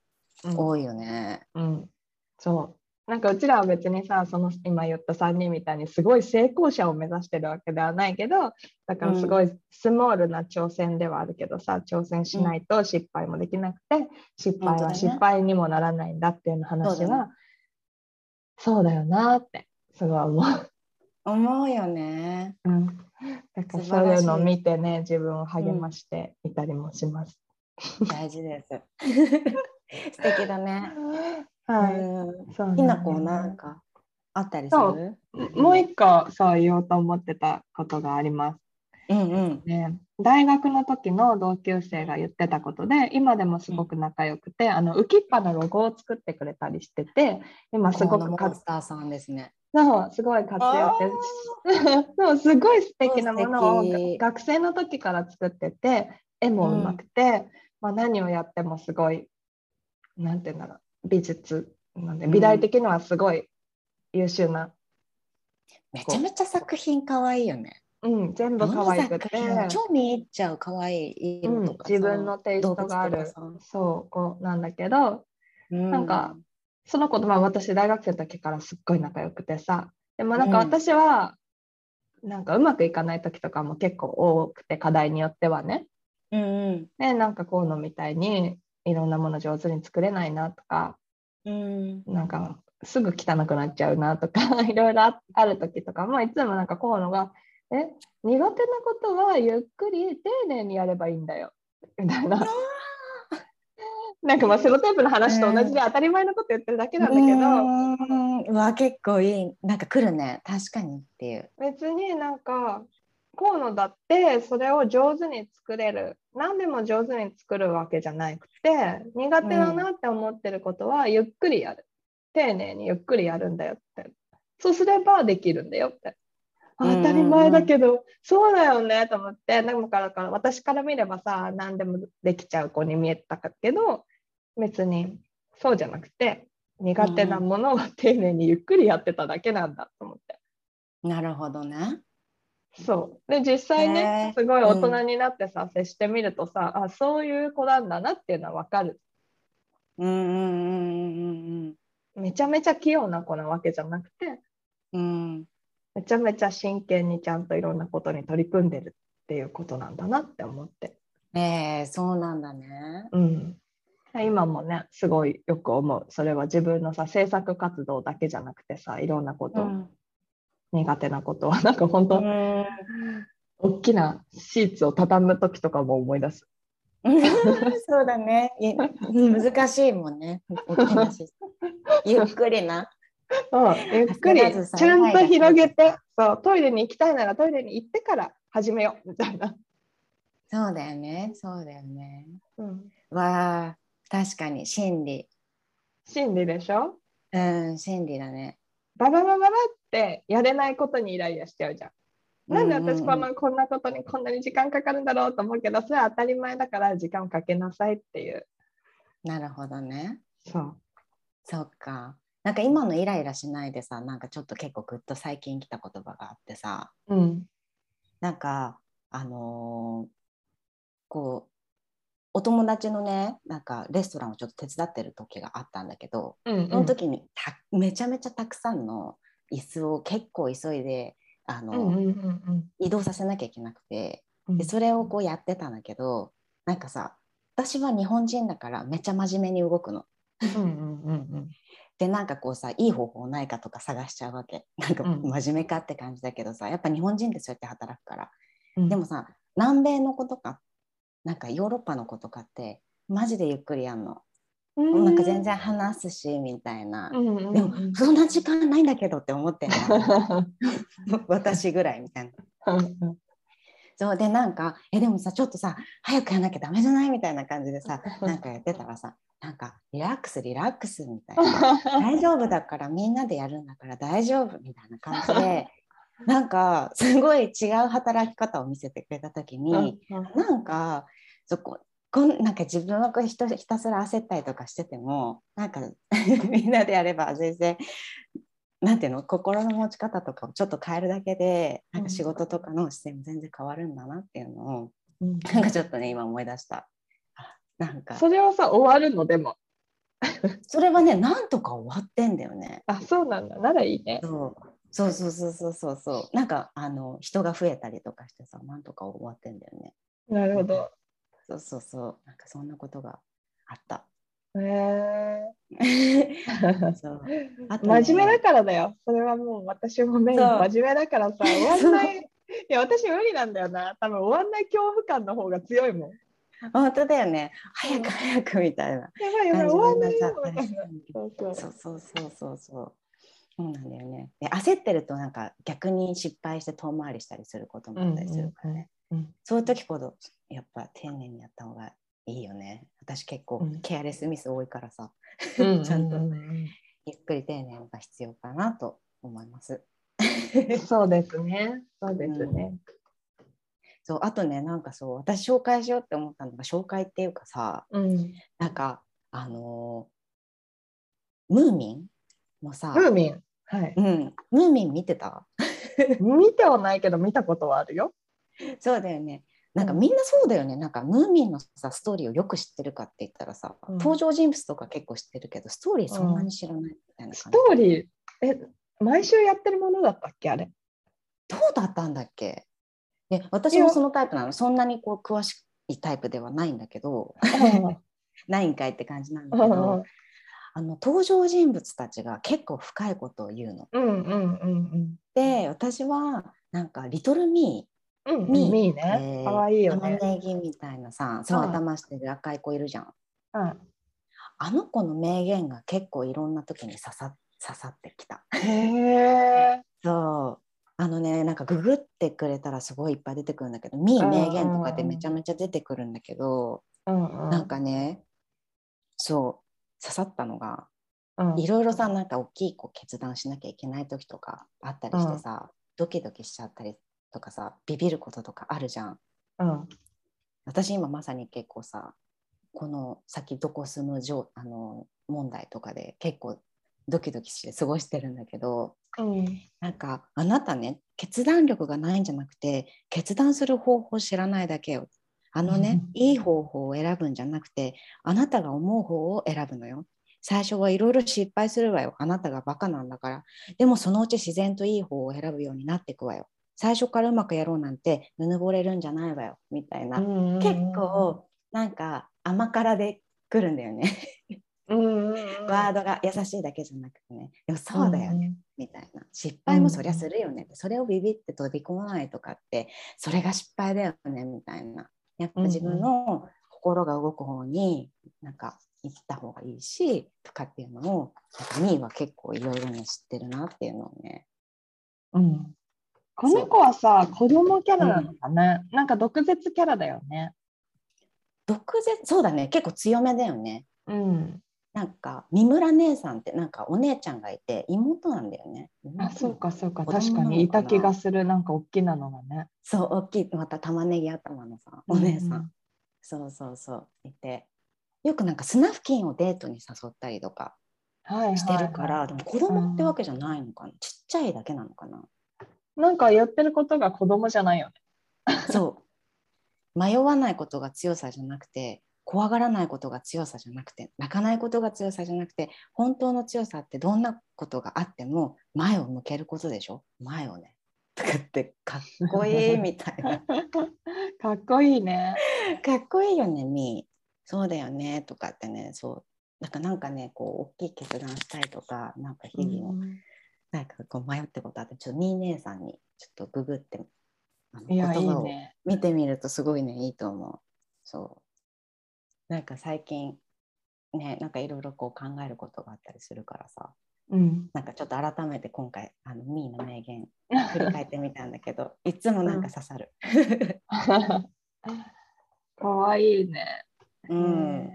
Speaker 3: 多いよね。
Speaker 2: うん、そう。なんかうちらは別にさその今言った3人みたいにすごい成功者を目指してるわけではないけどだからすごいスモールな挑戦ではあるけどさ挑戦しないと失敗もできなくて失敗は失敗にもならないんだっていうの話
Speaker 3: そうだ
Speaker 2: はそうだよなってすごい思う。
Speaker 3: 思うよね。
Speaker 2: うん、だからそういうのを見てね自分を励ましていたりもします。
Speaker 3: 大事です。 素敵だね。
Speaker 2: はい、
Speaker 3: うん
Speaker 2: そうなん
Speaker 3: ひ
Speaker 2: だよね
Speaker 3: なこなんかあったりする？
Speaker 2: もう一個そう言おうと思ってたことがあります。
Speaker 3: うんうん。
Speaker 2: ね、大学の時の同級生が言ってたことで今でもすごく仲良くて、あの浮きっぱのロゴを作ってくれたりしてて今す
Speaker 3: 向こ
Speaker 2: ご
Speaker 3: うの
Speaker 2: く
Speaker 3: モン
Speaker 2: 活
Speaker 3: スターさんですね。
Speaker 2: そうすごい活躍してそうすごい素敵なものを
Speaker 3: 素敵
Speaker 2: 学生の時から作ってて絵もうまくて、まあ、何をやってもすごいなんて言うんだろう美術なんで
Speaker 3: うん
Speaker 2: 美大的にはすごい優秀な、
Speaker 3: めちゃめちゃ作品可愛いよね。
Speaker 2: うん、全部可愛くて。
Speaker 3: どの作品も超見入っちゃう可愛い色とかさ、
Speaker 2: うん自分のテイストがある
Speaker 3: 動物とかさ
Speaker 2: そうこうなんだけど
Speaker 3: な
Speaker 2: なんか、その子と、まあ、私大学生の時からすっごい仲良くてさでもなんか
Speaker 3: うん
Speaker 2: 私は、なんかうまくいかない時とかも結構多くて課題によってはね
Speaker 3: うん
Speaker 2: ねなんかこうのみたいにいろんなもの上手に作れないなとか
Speaker 3: うん、
Speaker 2: なんかすぐ汚くなっちゃうなとか いろいろあある時とかもいつもなんか河野が「え苦手なことはゆっくり丁寧にやればいいんだよ」みたいな。 なんかまあセロテープの話と同じで当たり前のこと言ってるだけなんだけど、
Speaker 3: けどわ結構いいなんか来るね確かにっていう
Speaker 2: 別になんか河野だってそれを上手に作れる何でも上手に作るわけじゃなくて苦手だなって思ってることはゆっくりやる、丁寧にゆっくりやるんだよってそうすればできるんだよってあ
Speaker 3: うん
Speaker 2: 当たり前だけどそうだよねと思ってでもからから私から見ればさ何でもできちゃう子に見えたけど別にそうじゃなくて苦手なものを丁寧にゆっくりやってただけなんだと思って。
Speaker 3: なるほどね
Speaker 2: そうで実際ね
Speaker 3: ね
Speaker 2: すごい大人になってさ、接してみるとさあそういう子なんだなっていうのは分かる
Speaker 3: うんうんうんうん
Speaker 2: めちゃめちゃ器用な子なわけじゃなくて
Speaker 3: うんうん
Speaker 2: めちゃめちゃ真剣にちゃんといろんなことに取り組んでるっていうことなんだなって思って
Speaker 3: ええそうなんだね。
Speaker 2: うん、今もねすごいよく思うそれは自分のさ制作活動だけじゃなくてさいろんなこと、苦手なことはなんか本当、大きなシーツを畳む時とかも思い出す。
Speaker 3: そうだね。い難しいもんね。大きなし ゆっくりな。
Speaker 2: うん、ゆっくり
Speaker 3: 焦らずさ
Speaker 2: ちゃんと広げてそうトイレに行きたいならトイレに行ってから始めようみたいな。
Speaker 3: そうだよね。そうだよね。
Speaker 2: うん、
Speaker 3: わあ、確かに心理。
Speaker 2: 心理でしょ
Speaker 3: うん、心理だね。
Speaker 2: バラバラバラってやれないことにイライラしちゃうじゃん。なんで私このこんなことにこんなに時間かかるんだろうと思うけどそれは当たり前だから時間をかけなさいっていう。
Speaker 3: なるほどね。
Speaker 2: そう
Speaker 3: そっか。なんか今のイライラしないでさ、なんかちょっと結構グッと最近来た言葉があってさ、
Speaker 2: うん
Speaker 3: なんか、あのーこう、お友達のね、なんかレストランをちょっと手伝ってる時があったんだけど、
Speaker 2: うんうん
Speaker 3: その時にためちゃめちゃたくさんの椅子を結構急いで、あの
Speaker 2: うんうんうん
Speaker 3: 移動させなきゃいけなくて、
Speaker 2: うん
Speaker 3: でそれをこうやってたんだけど、なんかさ、私は日本人だからめっちゃ真面目に動くの。
Speaker 2: うんうんうん
Speaker 3: でなんかこうさいい方法ないかとか探しちゃうわけなんか
Speaker 2: うん
Speaker 3: 真面目かって感じだけどさ、やっぱ日本人ってそうやって働くから、
Speaker 2: うん
Speaker 3: でもさ南米の子とかなんかヨーロッパの子とかってマジでゆっくりやんの、なんか全然話すしみたいな、
Speaker 2: うんうんうん
Speaker 3: でもそんな時間ないんだけどって思ってん の私ぐらいみたいなそうでなんかえでもさちょっとさ早くやんなきゃダメじゃないみたいな感じでさなんかやってたらさなんかリラックスリラックスみたいな大丈夫だからみんなでやるんだから大丈夫みたいな感じでなんかすごい違う働き方を見せてくれた時になんかそここんなんか自分はこうひとひたすら焦ったりとかしててもなんか みんなでやれば全然なんていうの心の持ち方とかをちょっと変えるだけでなんか仕事とかの視線も全然変わるんだなっていうのを
Speaker 2: うん
Speaker 3: なんかちょっとね今思い出した。あなんか
Speaker 2: それはさ終わるのでも
Speaker 3: それはねなんとか終わってんだよね。
Speaker 2: あそうなんだならいいね。
Speaker 3: そうそうそうそうそうそうそうなんかあの人が増えたりとかしてさなんとか終わってんだよね
Speaker 2: なるほど。
Speaker 3: そうそうそうなんかそんなことがあった
Speaker 2: へえ
Speaker 3: そうあとね
Speaker 2: 真面目だからだよ。それはもう私もメイン
Speaker 3: そう
Speaker 2: 真面目だからさ、終わんない。 いや、私無理なんだよな。多分終わんない恐怖感の方が強いもん。
Speaker 3: 本当だよね早く早くみたいな
Speaker 2: やばいやばい、
Speaker 3: 感じ
Speaker 2: 終わん
Speaker 3: に
Speaker 2: な
Speaker 3: なっ
Speaker 2: い
Speaker 3: ちゃっ
Speaker 2: よ。み
Speaker 3: た
Speaker 2: た
Speaker 3: り
Speaker 2: い
Speaker 3: し
Speaker 2: な
Speaker 3: て
Speaker 2: そうそ
Speaker 3: そう
Speaker 2: う
Speaker 3: そうそうそうそうそうなんだよねで焦ってるとなんか逆に失敗して遠回りしたりすることもあったりするからね、
Speaker 2: うんうんうんうん
Speaker 3: そういう時ほどやっぱ丁寧にやった方がいいよね私結構
Speaker 2: うん
Speaker 3: ケアレスミス多いからさ、
Speaker 2: うんうん
Speaker 3: ちゃんと
Speaker 2: うん
Speaker 3: ゆっくり丁寧が必要かなと思います。
Speaker 2: うんそうですね。そうですね。
Speaker 3: そうあとねなんかそう私紹介しようって思ったのが紹介っていうかさ
Speaker 2: うん。
Speaker 3: なんかあのームーミンのさ、
Speaker 2: ムーミン。はい。
Speaker 3: うん、ムーミン見てた
Speaker 2: 見てはないけど、見たことはある よ。
Speaker 3: そうだよねなんか
Speaker 2: うん
Speaker 3: みんなそうだよね、なんかムーミンのさストーリーをよく知ってるかって言ったらさ、
Speaker 2: うん
Speaker 3: 登場人物とか結構知ってるけどストーリーそんなに知らないみたいな
Speaker 2: ス
Speaker 3: 感
Speaker 2: ト
Speaker 3: じ、
Speaker 2: ーリー、え、毎週やってるものだったっけ、 あれ。
Speaker 3: どうだったんだっけで私もそのタイプなのそんなにこう詳しいタイプではないんだけ どないんかいって感じなんだけど、あの登場人物たちが結構深いことを言うの。
Speaker 2: うんうんうん
Speaker 3: で私はなんか「リトル・ミ
Speaker 2: うん。うん、
Speaker 3: ミー
Speaker 2: ミー
Speaker 3: ー」
Speaker 2: ね。
Speaker 3: えー
Speaker 2: かわいいよね。
Speaker 3: 玉ねぎみたいなさそう
Speaker 2: はい
Speaker 3: 頭してる赤い子いるじゃん。
Speaker 2: うん
Speaker 3: あの子の名言が結構いろんな時に刺さ刺さってきた。
Speaker 2: へえ。
Speaker 3: そうあのねなんかググってくれたらすごいいっぱい出てくるんだけど「ミー」
Speaker 2: うん
Speaker 3: 名言とかってめちゃめちゃ出てくるんだけど、
Speaker 2: うんうん
Speaker 3: なんかねそう刺さったのが
Speaker 2: うん
Speaker 3: いろいろさなんか大きいこう決断しなきゃいけない時とかあったりしてさ、ドキドキしちゃったりとかさビビることとかあるじゃん
Speaker 2: うん
Speaker 3: 私今まさに結構さこの先どこ住むじょあの問題とかで結構ドキドキして過ごしてるんだけど
Speaker 2: うん
Speaker 3: なんかあなたね決断力がないんじゃなくて決断する方法を知らないだけよあのね、いい方法を選ぶんじゃなくてあなたが思う方を選ぶのよ最初はいろいろ失敗するわよあなたがバカなんだからでもそのうち自然といい方を選ぶようになっていくわよ最初からうまくやろうなんてうぬぼれるんじゃないわよみたいな、結構なんか甘辛で来るんだよね、ワードが優しいだけじゃなくてねでもそうだよね、みたいな失敗もそりゃするよねって、それをビビって飛び込まないとかってそれが失敗だよねみたいなやっぱ自分の心が動く方になんか行った方がいいしとかっていうのを2位は結構いろいろね知ってるなっていうのをね
Speaker 2: うんこの子はさ子供キャラなのかな、なんか毒舌キャラだよね。
Speaker 3: 毒舌そうだね結構強めだよね
Speaker 2: うん、
Speaker 3: なんか三村姉さんってなんかお姉ちゃんがいて妹なんだよね
Speaker 2: あそうかそうか
Speaker 3: 子供
Speaker 2: 確か
Speaker 3: なのかな
Speaker 2: にいた気がするなんか大きなのがね。
Speaker 3: そう大きいまた玉ねぎ頭のさお姉さん、そうそうそういてよくなんか砂付近をデートに誘ったりとか
Speaker 2: はいはいはい
Speaker 3: してるから、でも子供ってわけじゃないのかな、ちっちゃいだけなのか な
Speaker 2: なんかやってることが子供じゃないよね。
Speaker 3: そう迷わないことが強さじゃなくて怖がらないことが強さじゃなくて泣かないことが強さじゃなくて本当の強さってどんなことがあっても前を向けることでしょ前を ねとかってかっこいいみたいな
Speaker 2: かっこいいね。
Speaker 3: かっこいいよねみーそうだよねとかってねそうだからなんかねこう大きい決断したりとかなんか日々のなんかこう迷ってことあってちょっとみー姉さんにちょっとググってあの
Speaker 2: い
Speaker 3: 言
Speaker 2: やいい
Speaker 3: 葉を
Speaker 2: ね。
Speaker 3: 見てみるとすごいねいいと思う。そうなんか最近ねなんかいろいろこう考えることがあったりするからさ
Speaker 2: うん。
Speaker 3: なんかちょっと改めて今回あのみーの名言振り返ってみたんだけどいつもなんか刺さる。
Speaker 2: かわいいね。
Speaker 3: うん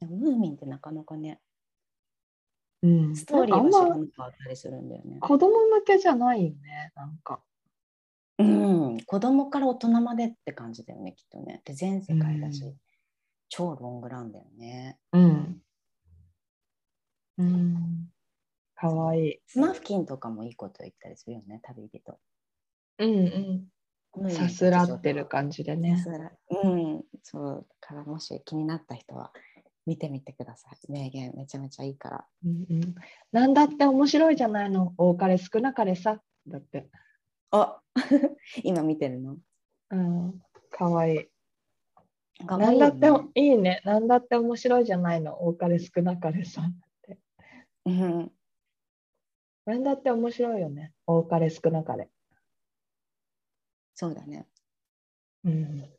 Speaker 3: でもムーミンってなかなかね
Speaker 2: うん。
Speaker 3: ストーリ
Speaker 2: な
Speaker 3: ー
Speaker 2: ん
Speaker 3: が知
Speaker 2: かあ
Speaker 3: ら
Speaker 2: んま
Speaker 3: なかったりするんだよね。
Speaker 2: 子供向けじゃないよね。なんか。
Speaker 3: うん、子供から大人までって感じだよねきっとね。で全世界だし、
Speaker 2: うん
Speaker 3: 超ロングランだよね。
Speaker 2: うん。うん。かわいい。
Speaker 3: スナフキンとかもいいこと言ったりするよね、旅人。
Speaker 2: うんうん。さすらってる感じで
Speaker 3: ね
Speaker 2: ね。。
Speaker 3: うん、そうだからもし気になった人は見てみてください。名言めちゃめちゃいいから。
Speaker 2: うんうん。なんだって面白いじゃないの。多かれ少なかれさ。だって。
Speaker 3: あ 今見てるの
Speaker 2: うん。かわいい。
Speaker 3: か
Speaker 2: な
Speaker 3: わいい
Speaker 2: んだ
Speaker 3: よ
Speaker 2: っ
Speaker 3: ね
Speaker 2: てもいいね。なんだって面白いじゃないの。多かれ少なかれさ。
Speaker 3: うん、
Speaker 2: なんだって面白いよね。多かれ少なかれ。
Speaker 3: そうだね。
Speaker 2: うん。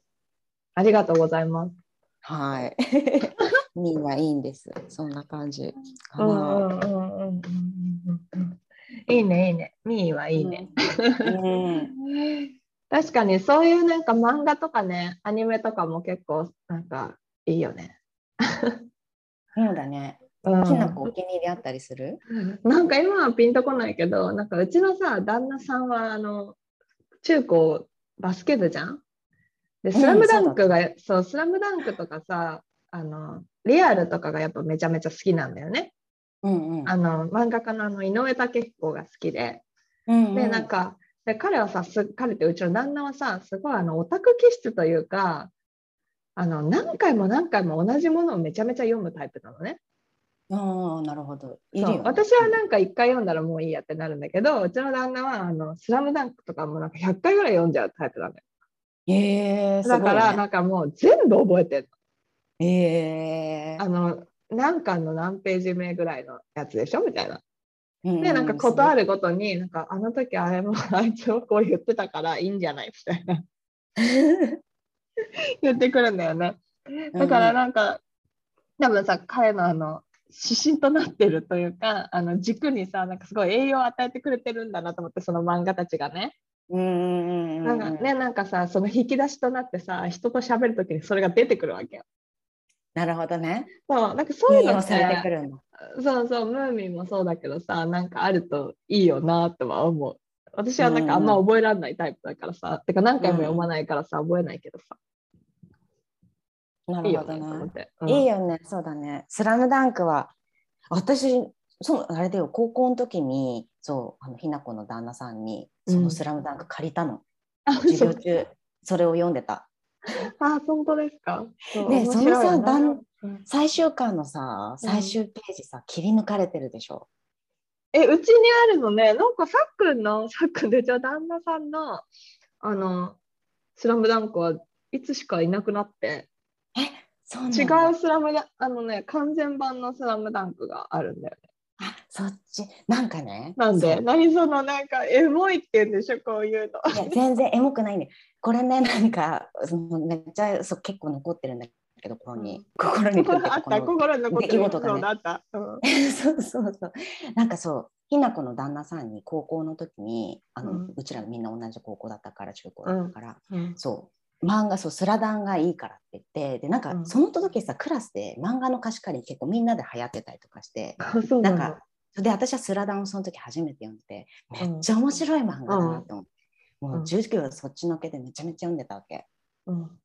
Speaker 2: ありがとうございます。
Speaker 3: はい。みんないいんです。そんな感じか
Speaker 2: う
Speaker 3: な。
Speaker 2: んうんうんうんうんうんうん。いいねいいね。ミーはいいね。
Speaker 3: うん。うん
Speaker 2: 確かにそういうなんか漫画とかね、アニメとかも結構なんかいいよね。
Speaker 3: そうだね。
Speaker 2: う
Speaker 3: きなこお
Speaker 2: ん、
Speaker 3: 気に入りあったりする
Speaker 2: なんか今はピンとこないけど、なんかうちのさ、旦那さんはあの中高バスケ部じゃんで、スラムダンクが、そう、スラムダンクとかさ、あの、リアルとかがやっぱめちゃめちゃ好きなんだよね。
Speaker 3: うんうん。
Speaker 2: あの、漫画家のあの井上武彦が好きで。
Speaker 3: うん
Speaker 2: で、なんか、で彼はさ、す彼ってうちの旦那はさ、すごいあのオタク気質というか、あの、何回も何回も同じものをめちゃめちゃ読むタイプなのね。
Speaker 3: ああ、なるほど。いる
Speaker 2: そ
Speaker 3: よね
Speaker 2: う私はなんか1回読んだらもういいやってなるんだけどうちの旦那は「あのスラムダンクとかもなんか100回ぐらい読んじゃうタイプなんだよ
Speaker 3: えー、すごい
Speaker 2: だ
Speaker 3: ね
Speaker 2: からなんかもう全部覚えてる
Speaker 3: え
Speaker 2: あの何巻の何ページ目ぐらいのやつでしょみたいな。
Speaker 3: ー、
Speaker 2: でなんかことあ
Speaker 3: る。
Speaker 2: るごとになんかあの時あれもあいつもこう言ってたからいいんじゃないみたいな言ってくるんだよね。だからなんか多分さ彼のあの指針となってるというかあの軸にさなんかすごい栄養を与えてくれてるんだなと思ってその漫画たちがね。
Speaker 3: うん
Speaker 2: なんかね、なんかさ、その引き出しとなってさ、人と喋るときにそれが出てくるわけよ。
Speaker 3: なるほどね。
Speaker 2: そう、なんかそう
Speaker 3: 引
Speaker 2: いうの
Speaker 3: 用
Speaker 2: って
Speaker 3: されてくるんだ。
Speaker 2: そうそう、ムーミンもそうだけどさ、なんかあるといいよなとは思う。私はなんかあんま覚えられないタイプだからさ、てか何回も読まないからさ、覚えないけどさ、
Speaker 3: ない
Speaker 2: い
Speaker 3: る
Speaker 2: よ
Speaker 3: ほど
Speaker 2: ねと思っ
Speaker 3: ね。
Speaker 2: て。
Speaker 3: いいよね、そうだね。スラムダンクは、私、そう、あれだよ、高校の時に、そう、あの、ひなこの旦那さんに、
Speaker 2: うん
Speaker 3: そのスラムダンク借りたの。
Speaker 2: あ、そ
Speaker 3: 授
Speaker 2: う
Speaker 3: 業中、それを読んでた。
Speaker 2: あ、本当ですか。そう
Speaker 3: ね
Speaker 2: 面
Speaker 3: その
Speaker 2: 白いよ
Speaker 3: さ
Speaker 2: な
Speaker 3: だん
Speaker 2: うん
Speaker 3: 最終巻のさ、最終ページさ、切り抜かれてるでしょ。
Speaker 2: え、うちにあるのね、なんかさっくんの、さっくんで、じゃあ旦那さんの、あの、スラムダンクはいつしかいなくなって、
Speaker 3: そうなん
Speaker 2: 違
Speaker 3: だ
Speaker 2: うスラムダンあのね、完全版のスラムダンクがあるんだよね。
Speaker 3: あそっちなんかね
Speaker 2: なん
Speaker 3: そ
Speaker 2: で、
Speaker 3: う
Speaker 2: 何そのなんか、エモいって言うんでしょ、こういうの。
Speaker 3: いや全然エモくないね。これね、なんか、そのめっちゃそう結構残ってるんだけど、心に。心に来る
Speaker 2: 心あった、
Speaker 3: こ
Speaker 2: 心に残って
Speaker 3: 出来
Speaker 2: るエピソ
Speaker 3: 事がね
Speaker 2: ードあった。うん
Speaker 3: の そうそうそう。なんかそう、ひなこの旦那さんに高校の時に、あの、
Speaker 2: う
Speaker 3: うんちらみんな同じ高校だったから、中高だったから、
Speaker 2: うん
Speaker 3: そう、漫画、そう、スラダンがいいからって言って、で、なん
Speaker 2: う
Speaker 3: か、
Speaker 2: ん
Speaker 3: その時さ、クラスで漫画の貸し借り結構みんなで流行ってたりとかして、
Speaker 2: あそう
Speaker 3: な
Speaker 2: なんん
Speaker 3: か
Speaker 2: だ、
Speaker 3: で、私はスラダンをその時初めて読んでて、め
Speaker 2: うん
Speaker 3: っちゃ面白い漫画だなと思って、
Speaker 2: う
Speaker 3: も
Speaker 2: ん
Speaker 3: う19はそっちのけでめちゃめちゃ読んでたわけ。
Speaker 2: うん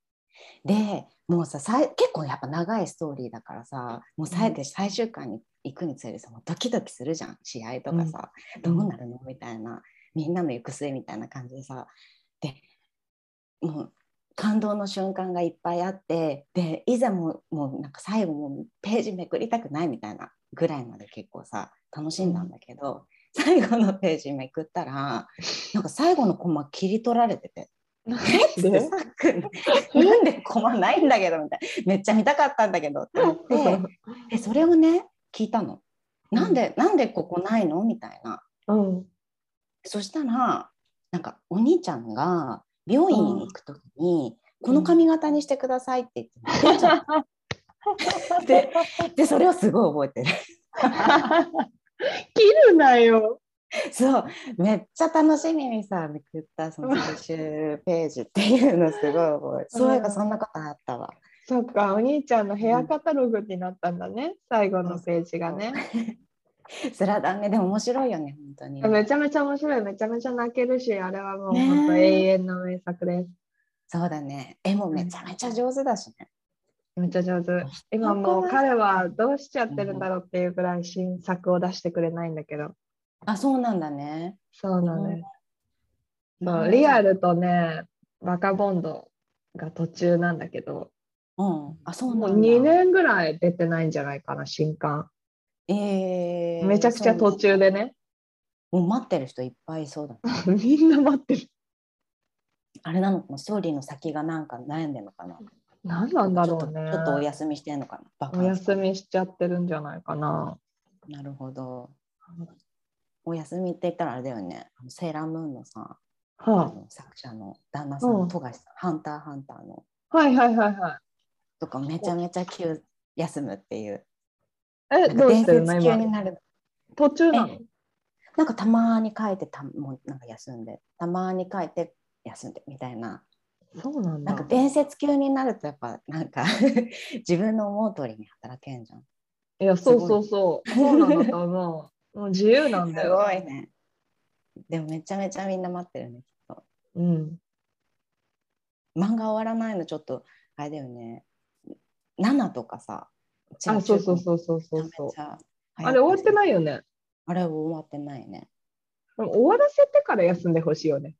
Speaker 3: でもうささい結構やっぱ長いストーリーだからさもうさ、
Speaker 2: うん
Speaker 3: で最終回に行くにつれてさもうドキドキするじゃん試合とかさ、どうなるのみたいなみんなの行く末みたいな感じでさでもう感動の瞬間がいっぱいあってでいざもうもうなんか最後もうページめくりたくないみたいなぐらいまで結構さ楽しんだんだけど、最後のページめくったらなんか最後のコマ切り取られてて。
Speaker 2: なん
Speaker 3: で
Speaker 2: で
Speaker 3: さっくんなんで駒ないんだけどみたいなめっちゃ見たかったんだけどって思って でそれをね聞いたのなんでなんでここないのみたいな
Speaker 2: うん
Speaker 3: そしたらなんかお兄ちゃんが病院に行く時に、この髪型にしてくださいって言って持ってっちゃったででそれをすごい覚えてる
Speaker 2: 切るなよ。
Speaker 3: そうめっちゃ楽しみにさめくったその最終ページっていうのすごい覚えてるそういえばそんなことあったわ
Speaker 2: そっか、お兄ちゃんのヘアカタログになったんだね、最後のページがね。
Speaker 3: スラダンねでも面白いよね本当に
Speaker 2: めちゃめちゃ面白い、めちゃめちゃ泣けるし、あれはもう
Speaker 3: ねえ
Speaker 2: 本当永遠の名作です。
Speaker 3: そうだね。絵もめちゃめちゃ上手だしね。
Speaker 2: めっちゃ上手。今もう彼はどうしちゃってるんだろうっていうぐらい新作を出してくれないんだけど。
Speaker 3: あ、そうなんだね。
Speaker 2: そうなんです。
Speaker 3: なる
Speaker 2: そ
Speaker 3: ほ
Speaker 2: う
Speaker 3: ど
Speaker 2: リア。ルとね、バカボンドが途中なんだけど、
Speaker 3: うん。あ、そう
Speaker 2: も
Speaker 3: な
Speaker 2: うん
Speaker 3: だ。
Speaker 2: 2年ぐらい出てないんじゃないかな、新刊。
Speaker 3: えー
Speaker 2: めちゃくちゃ途。中でね。
Speaker 3: そうもう待ってる人いっぱいいそうだね。
Speaker 2: みんな待ってる。
Speaker 3: あれなのかなストーリーの先がなんか悩んでるのかな
Speaker 2: 何なんだろうね。
Speaker 3: ちょっとお休みしてんのかなバカ
Speaker 2: お休。みしちゃってるんじゃないかな。
Speaker 3: なるほど。お休みって言ったらあれだよね。あのセーラームーンのさ、あ
Speaker 2: は
Speaker 3: の作者の旦那さん
Speaker 2: う
Speaker 3: の
Speaker 2: ん
Speaker 3: 富樫さん、ハンターハンターの
Speaker 2: あ、はいはいはいは
Speaker 3: とかめちゃめちゃ急休むっていう。
Speaker 2: い。え、
Speaker 3: なんか
Speaker 2: どうして
Speaker 3: 伝
Speaker 2: るの
Speaker 3: 説級に
Speaker 2: 今
Speaker 3: なる
Speaker 2: 途中なの
Speaker 3: なんかたまに書いてたもうなんか休んでたまに書いて休んでみたいな
Speaker 2: そうなん
Speaker 3: なん
Speaker 2: だ
Speaker 3: か。伝説級になるとやっぱなんか 自分の思う通りに働けんじゃん。
Speaker 2: いや、
Speaker 3: すごい
Speaker 2: そ
Speaker 3: う
Speaker 2: そうそう。そうなんだと思う。もう自由なんだ
Speaker 3: す
Speaker 2: よ
Speaker 3: ご。いね。でもめちゃめちゃみんな待ってるねきっと。
Speaker 2: うん。
Speaker 3: 漫画終わらないのちょっとあれだよね。7とかさ。
Speaker 2: あ、そうそう
Speaker 3: う
Speaker 2: そうそうそう
Speaker 3: め
Speaker 2: そう
Speaker 3: ち。ゃめちゃ流行た
Speaker 2: あれ終わって
Speaker 3: い
Speaker 2: ないよね。
Speaker 3: あれ終わってないね。
Speaker 2: でも終わらせてから休んでほしいよね。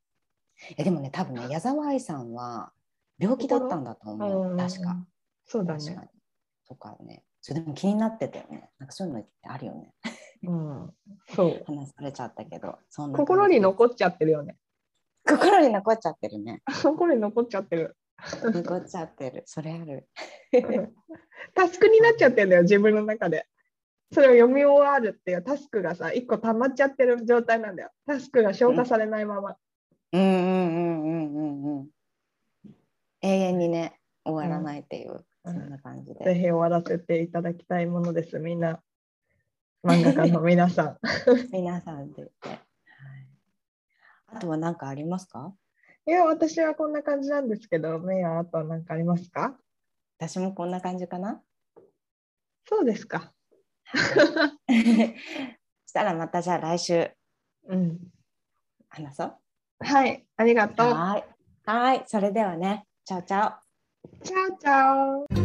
Speaker 3: えでもね多分ね矢沢愛さんは病気だったんだと思う確か。。
Speaker 2: そうだ
Speaker 3: 確か
Speaker 2: ね。
Speaker 3: に。とかね。それでも気になってたよね。なんかそういうのってあるよね。
Speaker 2: うん。そう。
Speaker 3: 話されちゃったけど。そんな感じ
Speaker 2: 心に残っちゃってるよね。
Speaker 3: 心に残っちゃってるね。
Speaker 2: 心に残っちゃってる。
Speaker 3: 残っちゃってる。それある。
Speaker 2: タスクになっちゃってるんだよ、自分の中で。それを読み終わるっていうタスクがさ、一個溜まっちゃってる状態なんだよ。タスクが消化されないまま。
Speaker 3: うんうんうんうんうんうん。永遠にね、終わらないっていう、
Speaker 2: うん
Speaker 3: そんな感じ
Speaker 2: ぜ
Speaker 3: で。
Speaker 2: ひ終わらせていただきたいものです、みんな。漫画家の皆さ ん。
Speaker 3: 皆さんで言って。はいあとは何かありますか
Speaker 2: いや、私はこんな感じなんですけど、メイはあと何かありますか
Speaker 3: 私もこんな感じかな。
Speaker 2: そうですか。
Speaker 3: そしたらまたじゃあ来週
Speaker 2: うん。
Speaker 3: 話そう。
Speaker 2: はい、ありがとう。
Speaker 3: はい。はい。それではね。チャオチャオ。
Speaker 2: チャオチャオ。